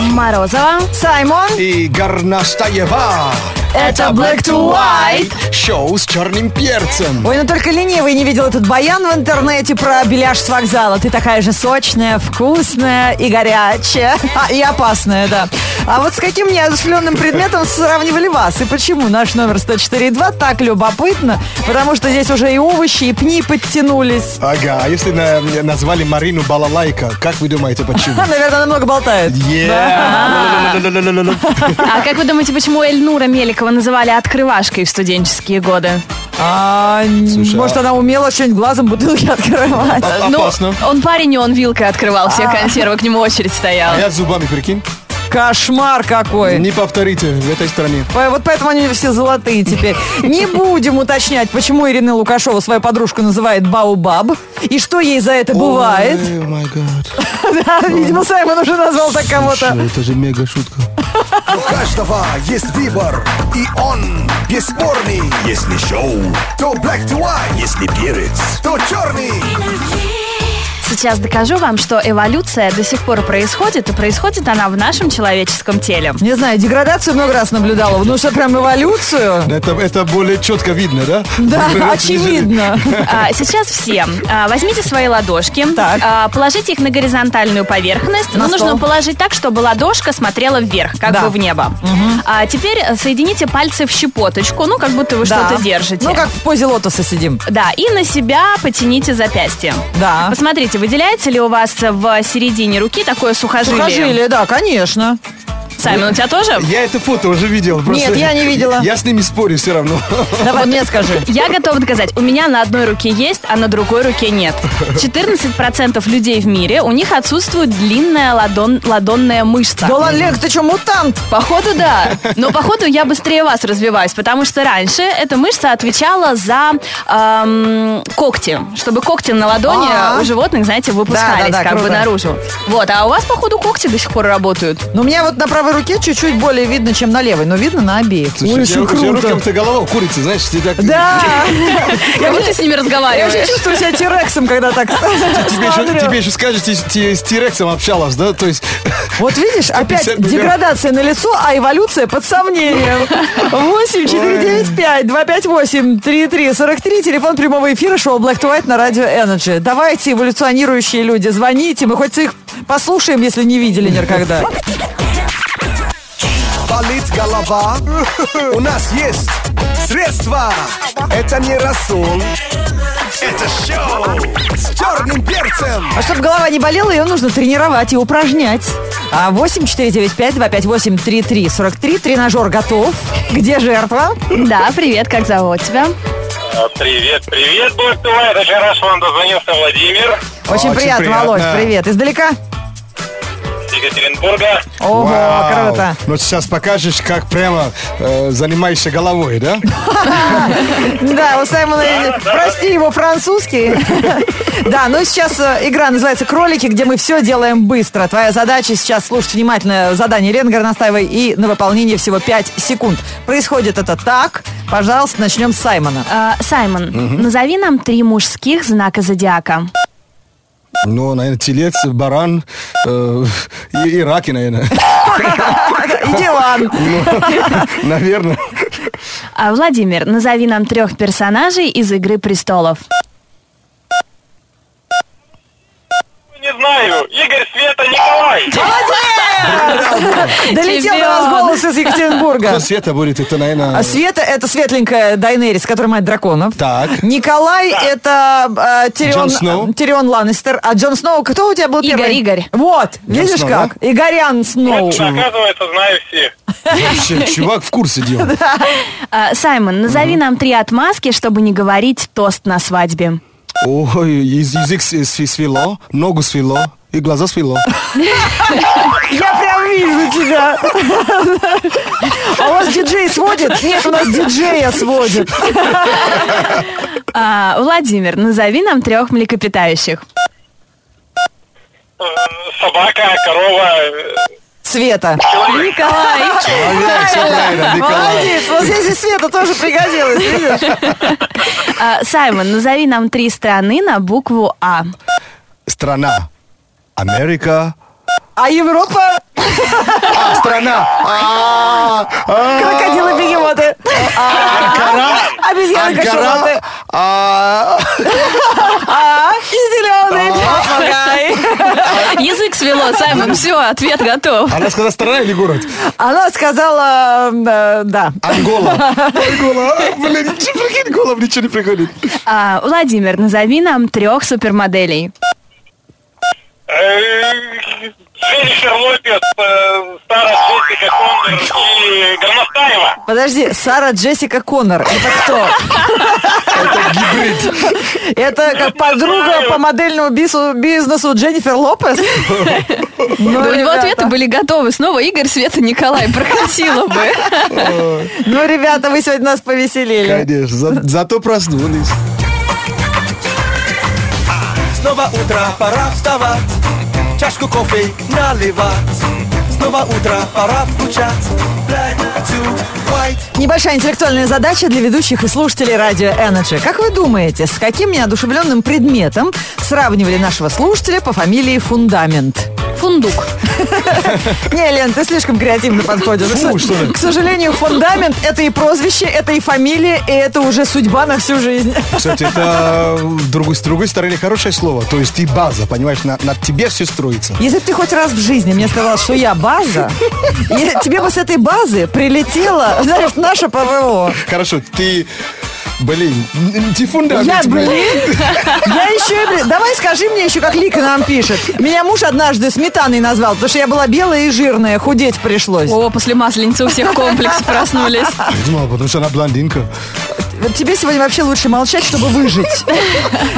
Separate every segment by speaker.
Speaker 1: Морозова.
Speaker 2: Саймон.
Speaker 3: И Горнастаева.
Speaker 1: Это Black to White.
Speaker 3: Шоу с черным перцем.
Speaker 2: Ой, ну только ленивый не видел этот баян в интернете про беляш с вокзала. Ты такая же сочная, вкусная и горячая. А, и опасная, да. А вот с каким неодушевленным предметом сравнивали вас? И почему наш номер 104.2 так любопытно? Потому что здесь уже и овощи, и пни подтянулись.
Speaker 3: Ага, а если на- назвали Марину Балалайка, как вы думаете, почему?
Speaker 2: Ха, Наверное, она много болтает.
Speaker 3: Yeah. Ла-ла-ла-ла-ла-ла-ла.
Speaker 1: А как вы думаете, почему Эльнура Меликова называли открывашкой в студенческие годы?
Speaker 2: А, н-
Speaker 3: Слушай,
Speaker 2: может,
Speaker 3: а-
Speaker 2: она умела что-нибудь глазом бутылки открывать?
Speaker 3: А-
Speaker 1: Ну,
Speaker 3: Опасно.
Speaker 1: он парень, и он вилкой открывал
Speaker 2: А.
Speaker 1: все консервы, к нему очередь стояла.
Speaker 3: А Я зубами, прикинь.
Speaker 2: Кошмар какой.
Speaker 3: Не повторите в этой стране.
Speaker 2: Ой, Вот поэтому они все золотые теперь. Не будем уточнять, почему Ирина Лукашова свою подружку называет Баобаб. И что ей за это бывает.
Speaker 3: Ой, oh my God.
Speaker 2: Да, Видимо, Саймон уже назвал так кого-то.
Speaker 3: Слушай, Это же мега шутка.
Speaker 4: У каждого есть выбор, и он бесспорный.
Speaker 5: Если шоу,
Speaker 4: То black to white,
Speaker 5: если перец,
Speaker 4: то черный.
Speaker 1: Сейчас докажу вам, что эволюция до сих пор происходит, и происходит она в нашем человеческом теле.
Speaker 2: Не знаю, деградацию много раз наблюдала. Ну что, прям эволюцию?
Speaker 3: Это, это более четко видно, да?
Speaker 2: Да,
Speaker 3: Например,
Speaker 2: очевидно.
Speaker 1: А, Сейчас все. а, Возьмите свои ладошки,
Speaker 2: Так.
Speaker 1: а, положите их на горизонтальную поверхность.
Speaker 2: На
Speaker 1: Но нужно
Speaker 2: стол.
Speaker 1: положить так, чтобы ладошка смотрела вверх, как
Speaker 2: Да.
Speaker 1: бы в небо. А Теперь э, соедините пальцы в щепоточку, ну, как будто вы
Speaker 2: Да.
Speaker 1: что-то держите.
Speaker 2: Ну, как в позе лотоса сидим.
Speaker 1: Да, и на себя потяните запястье.
Speaker 2: Да.
Speaker 1: Посмотрите, выделяется ли у вас в середине руки такое сухожилие?
Speaker 2: Сухожилие, да, конечно.
Speaker 1: Саймон, у тебя тоже?
Speaker 3: Я это фото уже видел. просто
Speaker 2: Нет, я не видела.
Speaker 3: Я с ними спорю все равно.
Speaker 2: Давай мне скажи.
Speaker 1: Я готова доказать, у меня на одной руке есть, а на другой руке нет. 14% людей в мире, у них отсутствует длинная ладон, ладонная мышца.
Speaker 2: Долан Лег, ты что, мутант?
Speaker 1: Походу, да. Но походу я быстрее вас развиваюсь, потому что раньше эта мышца отвечала за эм, когти, чтобы когти на ладони
Speaker 2: А.
Speaker 1: у животных, знаете, выпускались
Speaker 2: Да-да-да,
Speaker 1: как бы
Speaker 2: круто.
Speaker 1: наружу. Вот, а у вас походу когти до сих пор работают.
Speaker 2: Ну, у меня вот на правой руке чуть-чуть более видно, чем на левой, но видно на обеих.
Speaker 3: Слушай,
Speaker 2: Ой,
Speaker 3: у
Speaker 2: что
Speaker 3: тебя- у тебя
Speaker 2: круто.
Speaker 3: рукам-то голова курица, знаешь, ты так...
Speaker 2: Да.
Speaker 1: Как будто с ними
Speaker 2: Я вообще
Speaker 1: разговариваешь.
Speaker 2: чувствую себя тирексом, когда так
Speaker 3: Тебе еще,
Speaker 2: смотрю.
Speaker 3: тебе еще скажешь, ты, с- ти- с Тирексом общалась, да? То есть,
Speaker 2: Вот видишь, опять
Speaker 3: 150 миллион.
Speaker 2: деградация на лицо, а эволюция под сомнением. 8 495 258 3343 телефон прямого эфира шоу Black to White на радио Energy. Давайте, эволюционирующие люди, звоните, мы хоть их послушаем, если не видели никогда.
Speaker 4: Болит голова. У нас есть средства. Это не рассол. Это шоу с черным перцем.
Speaker 2: А чтобы голова не болела, ее нужно тренировать и упражнять. А 8 495 258 3343 тренажер готов. Где жертва?
Speaker 1: Да, привет, как зовут тебя?
Speaker 6: А, Привет, привет, Блэктуай. Очень рад, что вам дозвонился Владимир
Speaker 2: Очень,
Speaker 3: Очень
Speaker 2: приятно,
Speaker 3: приятно.
Speaker 2: Володь, привет. Издалека?
Speaker 6: из Екатеринбурга.
Speaker 2: Ого,
Speaker 3: Вау.
Speaker 2: круто.
Speaker 3: Ну, сейчас покажешь, как прямо э, занимаешься головой, да?
Speaker 2: Да, у Саймона,
Speaker 6: Да, да.
Speaker 2: прости его, французский. Да, ну и сейчас э, игра называется «Кролики», где мы все делаем быстро. Твоя задача сейчас слушать внимательно задание Лены Горностаевой и на выполнение всего 5 секунд. Происходит это так. Пожалуйста, начнем с Саймона.
Speaker 1: Э, Саймон, назови нам три мужских знака зодиака.
Speaker 3: Ну, наверное, телец, баран э, и, и раки, наверное.
Speaker 2: И Дилан.
Speaker 3: Наверное.
Speaker 1: А, Владимир, назови нам трех персонажей из «Игры престолов».
Speaker 6: Ну, Не знаю, Игорь, Света, Николай.
Speaker 2: Долетел до вас
Speaker 1: Чемпион.
Speaker 2: голос из Екатеринбурга.
Speaker 3: Кто Света будет, это, наверное...
Speaker 2: А Света это светленькая Дайнерис, которая мать драконов.
Speaker 3: Так.
Speaker 2: Николай это э, Тирион,
Speaker 3: Джон Сноу.
Speaker 2: Тирион Ланнистер. А Джон Сноу, кто у тебя был
Speaker 1: Игорь,
Speaker 2: первый?
Speaker 1: Игорь.
Speaker 2: Вот, видишь
Speaker 3: Сноу,
Speaker 2: как? Игорян Сноу.
Speaker 6: Вот, Оказывается, знаю все.
Speaker 3: Вообще, чувак в курсе дела.
Speaker 1: А, Саймон, назови нам три отмазки, чтобы не говорить тост на свадьбе.
Speaker 3: Ой, из- язык с- с- свело, ногу свело и глаза свело.
Speaker 2: Я прям вижу тебя. А у вас диджей сводит? Нет, у нас диджея сводит.
Speaker 1: А, Владимир, назови нам трех млекопитающих.
Speaker 6: Э, Собака, корова. э,
Speaker 2: Света.
Speaker 1: Николай.
Speaker 3: Правильно, всё правильно, Николай.
Speaker 2: Молодец. Вот здесь и Света тоже пригодилась, видишь?
Speaker 1: А, Саймон, назови нам три страны на букву А.
Speaker 3: Страна. Америка.
Speaker 2: А Европа?
Speaker 3: А, страна. А, а,
Speaker 2: Крокодилы, бегемоты.
Speaker 3: Анкара.
Speaker 2: Обезьяны, кашалоты.
Speaker 3: Анкара. А,
Speaker 2: А, и зеленый попугай.
Speaker 1: Язык свело, Саймон, все, ответ готов.
Speaker 3: Она сказала страна или город?
Speaker 2: Она сказала, э, да.
Speaker 3: Ангола. Ангола. А, Блин, ничего, прикинь, в голову ничего не приходит.
Speaker 1: А, Владимир, назови нам трех супермоделей.
Speaker 6: Э, Дженнифер Лопес, э, Сара Джессика Коннор и Горностаева.
Speaker 2: Подожди, Сара Джессика Коннор. Это кто?
Speaker 3: Гибрид.
Speaker 2: Это как подруга по модельному бису- бизнесу Дженнифер Лопес?
Speaker 1: Да
Speaker 2: Ну,
Speaker 1: у него
Speaker 2: ребята,
Speaker 1: ответы были готовы. Снова Игорь, Света, Николай. Прокатило бы.
Speaker 2: Ну, ребята, вы сегодня нас повеселили.
Speaker 3: Конечно, за- зато проснулись.
Speaker 5: Снова утро, пора вставать Чашку кофе наливать Снова утро, пора включать Black to white
Speaker 2: Небольшая интеллектуальная задача для ведущих и слушателей радио Energy. Как вы думаете, с каким неодушевленным предметом сравнивали нашего слушателя по фамилии Фундамент?
Speaker 1: Фундук.
Speaker 2: Не, Лен, ты слишком креативно подходишь.
Speaker 3: Фу,
Speaker 2: К
Speaker 3: что
Speaker 2: со-
Speaker 3: ты.
Speaker 2: К сожалению, фундамент – это и прозвище, это и фамилия, и это уже судьба на всю жизнь.
Speaker 3: Кстати, это в другой- с другой стороны хорошее слово. То есть ты база, понимаешь, на, на тебе все строится.
Speaker 2: Если бы ты хоть раз в жизни мне сказала, что я база, и тебе бы с этой базы прилетела, знаешь, наша ПВО.
Speaker 3: Хорошо, ты... Блин, н- ты фундамент.
Speaker 2: Я,
Speaker 3: блин.
Speaker 2: блин, я еще, и, блин, давай скажи мне еще, как Лика нам пишет. Меня муж однажды сметаной назвал, потому что я была белая и жирная, худеть пришлось.
Speaker 1: О, после масленицы у всех комплексы проснулись.
Speaker 3: Я думал, потому что она блондинка.
Speaker 2: Вот Тебе сегодня вообще лучше молчать, чтобы выжить.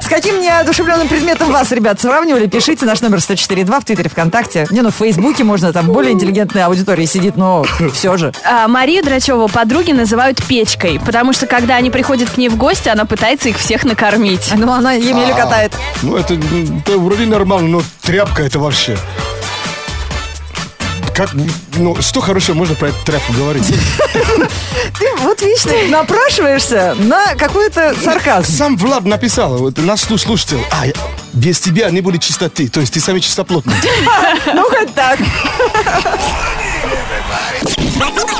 Speaker 2: С каким неодушевленным предметом вас, ребят, сравнивали? Пишите наш номер 104.2 в Твиттере, ВКонтакте. Не, ну в Фейсбуке можно, там более интеллигентная аудитория сидит, но все же.
Speaker 1: А, Марию Драчеву подруги называют печкой, потому что когда они приходят к ней в гости, она пытается их всех накормить.
Speaker 2: Ну, она Емелю катает.
Speaker 3: Ну, это, м, это вроде нормально, но тряпка это вообще... Как, ну, что хорошего можно про эту тряпку говорить?
Speaker 2: Ты вот вечно напрашиваешься на какой-то сарказм.
Speaker 3: Сам Влад написал, вот наш слуш- слушатель, а, я- без тебя не будет чистоты, то есть ты сами чистоплотный.
Speaker 2: Ну, хоть так.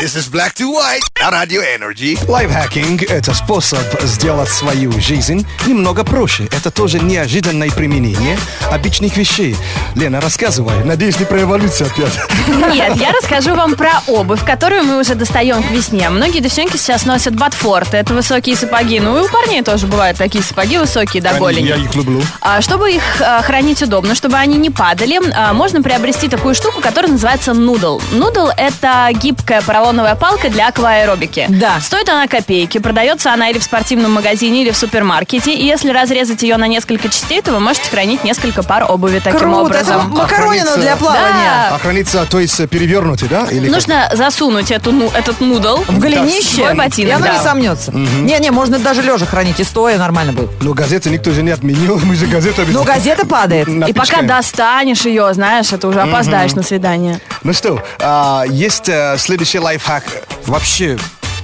Speaker 4: This is Black to White на Radio Energy.
Speaker 3: Лайфхакинг – это способ сделать свою жизнь немного проще. Это тоже неожиданное применение обычных вещей. Лена, рассказывай. Надеюсь, не про эволюцию опять.
Speaker 1: Нет, я расскажу вам про обувь, которую мы уже достаем к весне. Многие девчонки сейчас носят ботфорты. Это высокие сапоги. Ну и у парней тоже бывают такие сапоги высокие до голени.
Speaker 3: Я их люблю.
Speaker 1: А, Чтобы их э, хранить удобно, чтобы они не падали, а, можно приобрести такую штуку, которая называется нудл. Нудл – это гибкая поролоновая палка для акваэробики.
Speaker 2: Да.
Speaker 1: Стоит она копейки, продается она или в спортивном магазине, или в супермаркете. И если разрезать ее на несколько частей, то вы можете хранить несколько пар обуви таким
Speaker 2: Круто, это
Speaker 1: образом.
Speaker 2: макаронина для плавания.
Speaker 1: Да.
Speaker 3: А хранится, то есть перевернутый, да? Или как?
Speaker 1: Нужно засунуть эту, ну, этот нудл
Speaker 2: В
Speaker 1: в
Speaker 2: голенище.
Speaker 1: свой
Speaker 2: И
Speaker 1: ботинок.
Speaker 2: оно не
Speaker 1: да.
Speaker 2: сомнется. Не-не, можно даже лежа хранить, и стоя нормально будет.
Speaker 3: Но газеты никто же не отменил, мы же газету
Speaker 2: Но газета падает.
Speaker 1: И пока достанешь ее, знаешь, это уже опоздаешь на свидание.
Speaker 3: Ну что, а, есть э, следующий лайфхак. Вообще,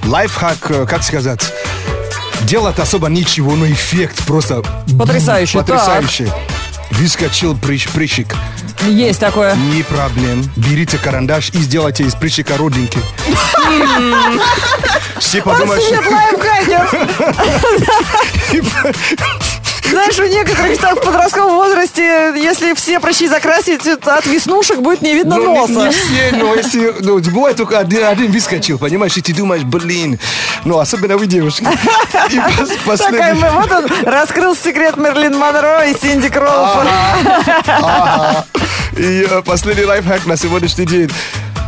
Speaker 3: лайфхак, э, как сказать, делать особо ничего, но эффект просто...
Speaker 2: Потрясающе, так.
Speaker 3: Потрясающий. Выскочил прыщ- прыщик.
Speaker 2: Есть такое.
Speaker 3: Не проблем. Берите карандаш и сделайте из прыщика родинки. Все подумают,
Speaker 2: Свет
Speaker 3: что...
Speaker 2: лайфхакер. Знаешь, у некоторых там в подростковом возрасте, если все прыщи закрасить, это от веснушек будет не видно
Speaker 3: Ну, не- не
Speaker 2: носа.
Speaker 3: все, но если... ну, бывает только один, один выскочил, понимаешь, и ты думаешь, блин. Ну, особенно вы, девушки. И пос-
Speaker 2: Такая,
Speaker 3: последний-
Speaker 2: мы- вот он, раскрыл секрет Мерлин Монро и Синди Кроуфорд.
Speaker 3: Ага. И э, последний лайфхак на сегодняшний день.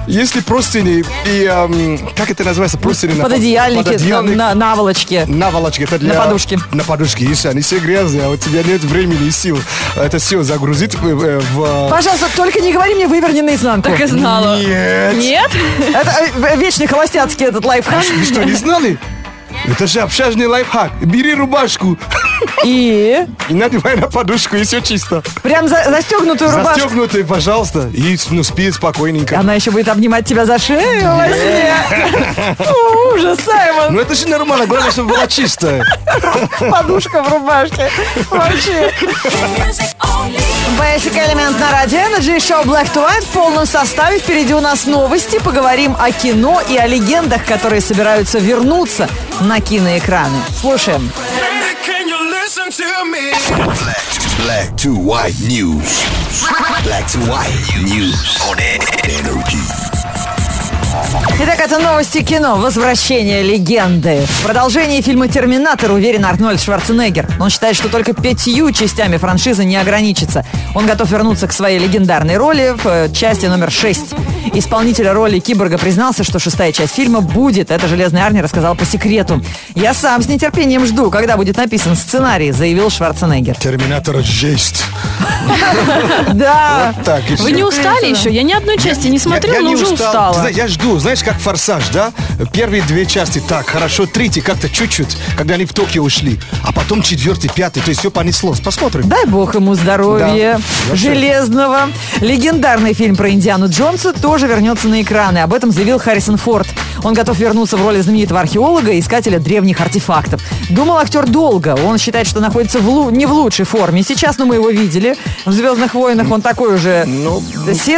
Speaker 3: Если простыни и, эм, как это называется, простыни на
Speaker 2: Пододеяльники, там,
Speaker 3: пододеяльник,
Speaker 2: на- наволочки.
Speaker 3: наволочки, это для...
Speaker 2: На подушке.
Speaker 3: На подушке, если они все грязные, а у тебя нет времени и сил это все загрузить э, э, в...
Speaker 2: Пожалуйста, только не говори мне выверни наизнанку.
Speaker 1: Так и знала.
Speaker 3: Нет.
Speaker 1: Нет?
Speaker 2: Это э, вечный холостяцкий этот лайфхак.
Speaker 3: Вы что, не знали? Это же общажный лайфхак. Бери рубашку
Speaker 2: И
Speaker 3: и надевай на подушку, и все чисто.
Speaker 2: прям за- застегнутую рубашку.
Speaker 3: Застегнутый, пожалуйста, и ну, спи спокойненько.
Speaker 2: Она еще будет обнимать тебя за шею во сне. О, Ужас, Саймон,
Speaker 3: Ну это же нормально, главное, чтобы была чистая.
Speaker 2: подушка в рубашке. Вообще.
Speaker 7: Music only.
Speaker 2: Basic Element на радио Energy, шоу Black to White в полном составе. Впереди у нас новости. Поговорим о кино и о легендах, которые собираются вернуться на киноэкраны. Слушаем.
Speaker 4: Black to white news. Black to white news on e- energy.
Speaker 2: Итак, это новости кино. Возвращение легенды. В продолжении фильма «Терминатор» уверен Арнольд Шварценеггер. Он считает, что только пятью частями франшизы не ограничится. Он готов вернуться к своей легендарной роли в э, части номер шесть. Исполнитель роли киборга признался, что шестая часть фильма будет. Это «Железный Арни» рассказал по секрету. «Я сам с нетерпением жду, когда будет написан сценарий», заявил Шварценеггер.
Speaker 3: Терминатор жесть.
Speaker 2: Да.
Speaker 3: Так, и
Speaker 1: Вы
Speaker 3: всё.
Speaker 1: не устали еще? Я ни одной части не смотрела, но
Speaker 3: не
Speaker 1: уже
Speaker 3: устал. Ты
Speaker 1: устала.
Speaker 3: знаешь, я жду, знаешь, как форсаж, да? Первые две части так, хорошо, третий как-то чуть-чуть, когда они в Токио ушли, а потом четвертый, пятый, то есть все понеслось. Посмотрим.
Speaker 2: Дай бог ему здоровья
Speaker 3: Да.
Speaker 2: железного. Легендарный фильм про Индиану Джонса тоже вернется на экраны. Об этом заявил Харрисон Форд. Он готов вернуться в роли знаменитого археолога и искателя древних артефактов. Думал актер долго. Он считает, что находится в лу- не в лучшей форме. Сейчас, ну, мы его видели. В «Звездных войнах» он такой уже
Speaker 3: Ну,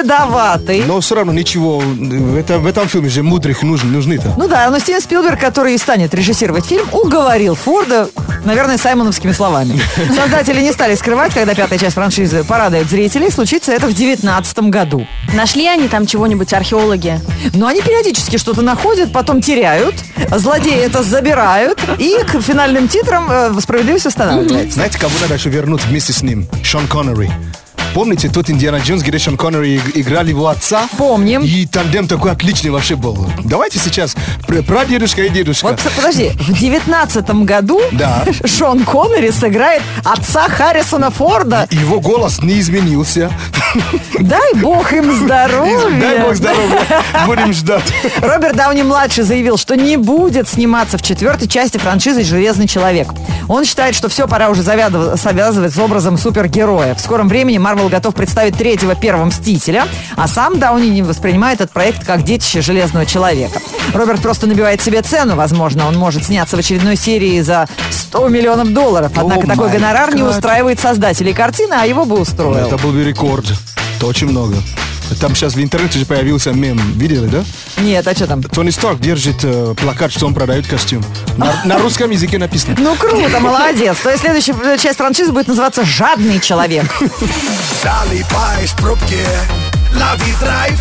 Speaker 2: седоватый.
Speaker 3: Но все равно ничего, в этом, в этом фильме же мудрых нужны, нужны-то.
Speaker 2: Ну да, но Стивен Спилберг, который и станет режиссировать фильм, уговорил Форда, наверное, саймоновскими словами. Создатели не стали скрывать, когда пятая часть франшизы порадует зрителей. Случится это в 2019 году.
Speaker 1: Нашли они там чего-нибудь, археологи?
Speaker 2: Но они периодически что-то находят, потом теряют, злодеи это забирают, и к финальным титрам э, справедливость устанавливается.
Speaker 3: Знаете, кого надо еще вернуть вместе с ним? Шон Коннери. Помните тот Индиана Джонс, где Шон Коннери иг- играли его отца?
Speaker 2: Помним.
Speaker 3: И тандем такой отличный вообще был. Давайте сейчас пр- прадедушка и дедушка.
Speaker 2: Вот подожди, в девятнадцатом году
Speaker 3: Да.
Speaker 2: Шон Коннери сыграет отца Харрисона Форда.
Speaker 3: Его голос не изменился.
Speaker 2: Дай бог им здоровья.
Speaker 3: Дай бог здоровья. Будем ждать.
Speaker 2: Роберт Дауни-младший заявил, что не будет сниматься в четвертой части франшизы «Железный человек». Он считает, что все, пора уже завядыв- завязывать с образом супергероя. В скором времени Марвел готов представить третьего первого «Мстителя», а сам Дауни не воспринимает этот проект как детище «Железного человека». Роберт просто набивает себе цену, возможно, он может сняться в очередной серии за 100 миллионов долларов. Однако
Speaker 3: Oh
Speaker 2: такой
Speaker 3: my
Speaker 2: гонорар не
Speaker 3: God.
Speaker 2: устраивает создателей картины, а его бы устроил.
Speaker 3: Ну, Это был бы рекорд. Это очень много. Там сейчас в интернете же появился мем. Видели, да?
Speaker 2: Нет, а что там?
Speaker 3: Тони Старк держит э, плакат, что он продает костюм. На, на русском языке написано.
Speaker 2: Ну круто, молодец. То есть следующая э, часть франшизы будет называться «Жадный человек».
Speaker 4: Залипаешь в пробке, лови драйв.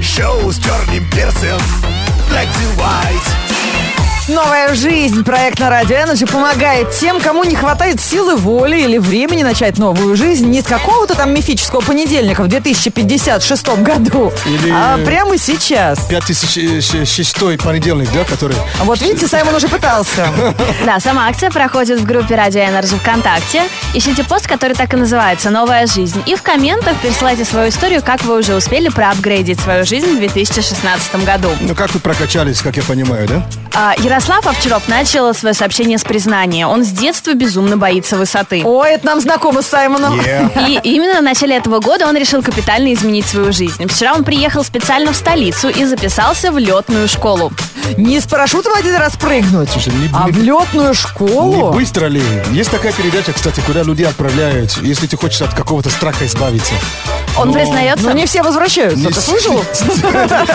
Speaker 4: Шоу с черным перцем. Black to white.
Speaker 2: Новая жизнь проект на Радио Energy помогает тем, кому не хватает силы воли или времени начать новую жизнь не с какого-то там мифического понедельника в 2056 году,
Speaker 3: Или-
Speaker 2: а прямо сейчас.
Speaker 3: э, 5006 понедельник, да, который...
Speaker 2: Вот видите, Саймон уже пытался.
Speaker 1: Да, сама акция проходит в группе Радио Energy ВКонтакте. Ищите пост, который так и называется «Новая жизнь». И в комментах присылайте свою историю, как вы уже успели проапгрейдить свою жизнь в 2016 году.
Speaker 3: Ну, как вы прокачались, как я понимаю, да?
Speaker 1: А, Ярослав Овчаров начал свое сообщение с признания. Он с детства безумно боится высоты.
Speaker 2: Ой, это нам знакомо с Саймоном.
Speaker 1: И именно в начале этого года он решил капитально изменить свою жизнь. Вчера он приехал специально в столицу и записался в летную школу.
Speaker 2: Не с парашютом один раз прыгнуть,
Speaker 3: Слушай, не-
Speaker 2: а в
Speaker 3: не-
Speaker 2: летную
Speaker 3: Не
Speaker 2: школу.
Speaker 3: быстро ли? Есть такая передача, кстати, куда людей отправляют, если ты хочешь от какого-то страха избавиться. Ну,
Speaker 1: Он признается,
Speaker 2: Но Ну, не все возвращаются,
Speaker 3: Не-
Speaker 2: ты слышал?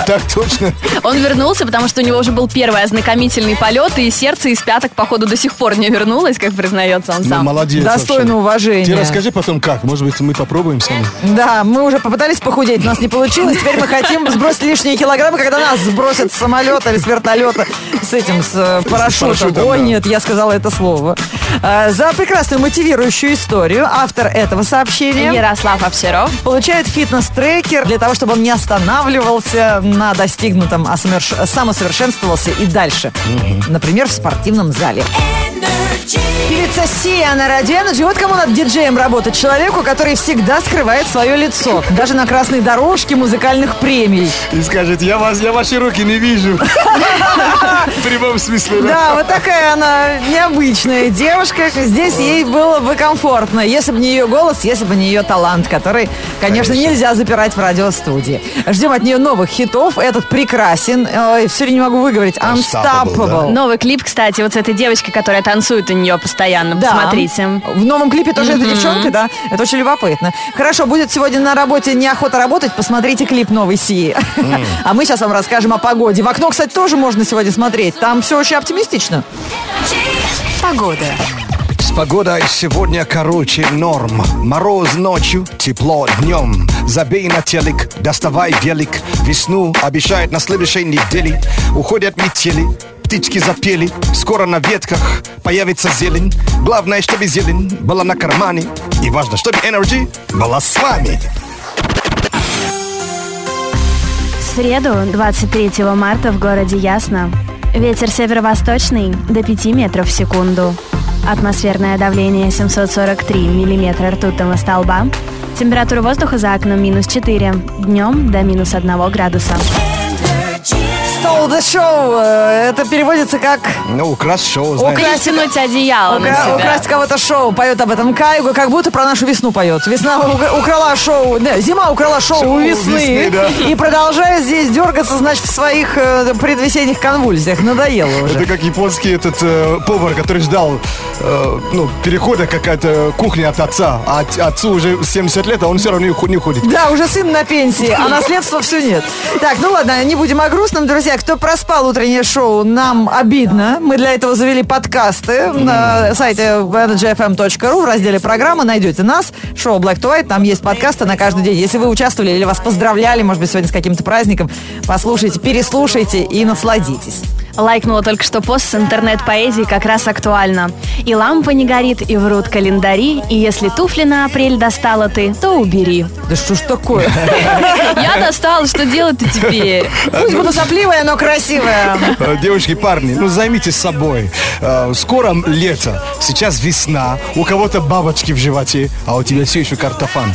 Speaker 3: Так точно.
Speaker 1: он вернулся, потому что у него уже был первый ознакомительный полет, и сердце из пяток, походу, до сих пор не вернулось, как признается он
Speaker 3: Ну,
Speaker 1: сам.
Speaker 3: молодец.
Speaker 2: Достойно
Speaker 3: вообще. Ты
Speaker 2: уважения.
Speaker 3: расскажи потом как. Может быть, мы попробуем сами.
Speaker 2: Да, мы уже попытались похудеть, у нас не получилось. Теперь мы хотим сбросить лишние килограммы, когда нас сбросят с самолета или с вертолета с этим, с э, парашютом.
Speaker 3: парашютом,
Speaker 2: Ой,
Speaker 3: да.
Speaker 2: нет, я сказала это слово. Э, За прекрасную мотивирующую историю автор этого сообщения
Speaker 1: Ярослав Овчаров.
Speaker 2: получает фитнес-трекер для того, чтобы он не останавливался на достигнутом, а самерш- самосовершенствовался и дальше. Например, в спортивном зале. Певица Сия на радио Energy. Вот кому надо диджеем работать. Человеку, который всегда скрывает свое лицо. Даже на красной дорожке музыкальных премий.
Speaker 3: И скажет, я, вас, я ваши руки не вижу.
Speaker 2: Да.
Speaker 3: В прямом смысле, да.
Speaker 2: Да, вот такая она необычная девушка. Здесь ей было бы комфортно, если бы не ее голос, если бы не ее талант, который, конечно, нельзя запирать в радиостудии. Ждем от нее новых хитов. Этот прекрасен. Ой, все не могу выговорить.
Speaker 4: Unstoppable, да?
Speaker 2: Unstoppable.
Speaker 1: Новый клип, кстати, вот с этой девочкой, которая танцует у нее постоянно.
Speaker 2: Да.
Speaker 1: Посмотрите.
Speaker 2: В новом клипе тоже эта девчонка, да? Это очень любопытно. Хорошо, будет сегодня на работе неохота работать, посмотрите клип новой Сии. А мы сейчас вам расскажем о погоде. В окно, кстати, тоже можно сегодня смотреть. Там все очень оптимистично.
Speaker 7: Погода.
Speaker 3: С погодой сегодня короче норм. Мороз ночью, тепло днем. Забей на телек, доставай велик. Весну обещают на следующей неделе. Уходят метели, птички запели. Скоро на ветках появится зелень. Главное, чтобы зелень была на кармане. И важно, чтобы Energy была с вами.
Speaker 1: В среду, 23 марта, в городе Ясно. Ветер северо-восточный до 5 метров в секунду. Атмосферное давление 743 миллиметра ртутного столба. Температура воздуха за окном минус 4. Днем до минус 1 градуса.
Speaker 2: Stole the show. э, Это переводится как
Speaker 3: Ну, хорошо, знаешь.
Speaker 2: Украсть-
Speaker 1: Перетянуть одеяло Ну, на
Speaker 2: «Укра-
Speaker 1: себя.
Speaker 2: украсть кого-то шоу. Поет об этом Кайго, как будто про нашу весну поет. Весна у- украла шоу. да, зима украла шоу
Speaker 3: Шоу
Speaker 2: у
Speaker 3: у
Speaker 2: весны.
Speaker 3: весны, да.
Speaker 2: И продолжает здесь дергаться, значит, в своих э, предвесенних конвульсиях. Надоело уже.
Speaker 3: Это как японский этот э, повар, который ждал э, ну, перехода какая-то кухня от отца. А от- отцу уже 70 лет, а он все равно не уху- не уходит.
Speaker 2: Да, уже сын на пенсии, а наследства все нет. Так, ну ладно, не будем о грустном, друзья. Кто проспал утреннее шоу, нам обидно. Мы для этого завели подкасты на сайте energyfm.ru в разделе программа. Найдете нас, шоу Black to White, там есть подкасты на каждый день. Если вы участвовали или вас поздравляли, может быть, сегодня с каким-то праздником, послушайте, переслушайте и насладитесь.
Speaker 1: Лайкнула только что пост с интернет-поэзией как раз актуально. И лампа не горит, и врут календари, и если туфли на апрель достала ты, то убери.
Speaker 2: Да что ж такое?
Speaker 1: Я достала, что делать-то теперь?
Speaker 2: Пусть буду сопливая, но красивая.
Speaker 3: Э, Девушки, парни, ну займитесь собой. Э, Скоро лето, сейчас весна, у кого-то бабочки в животе, а у тебя все еще картофан.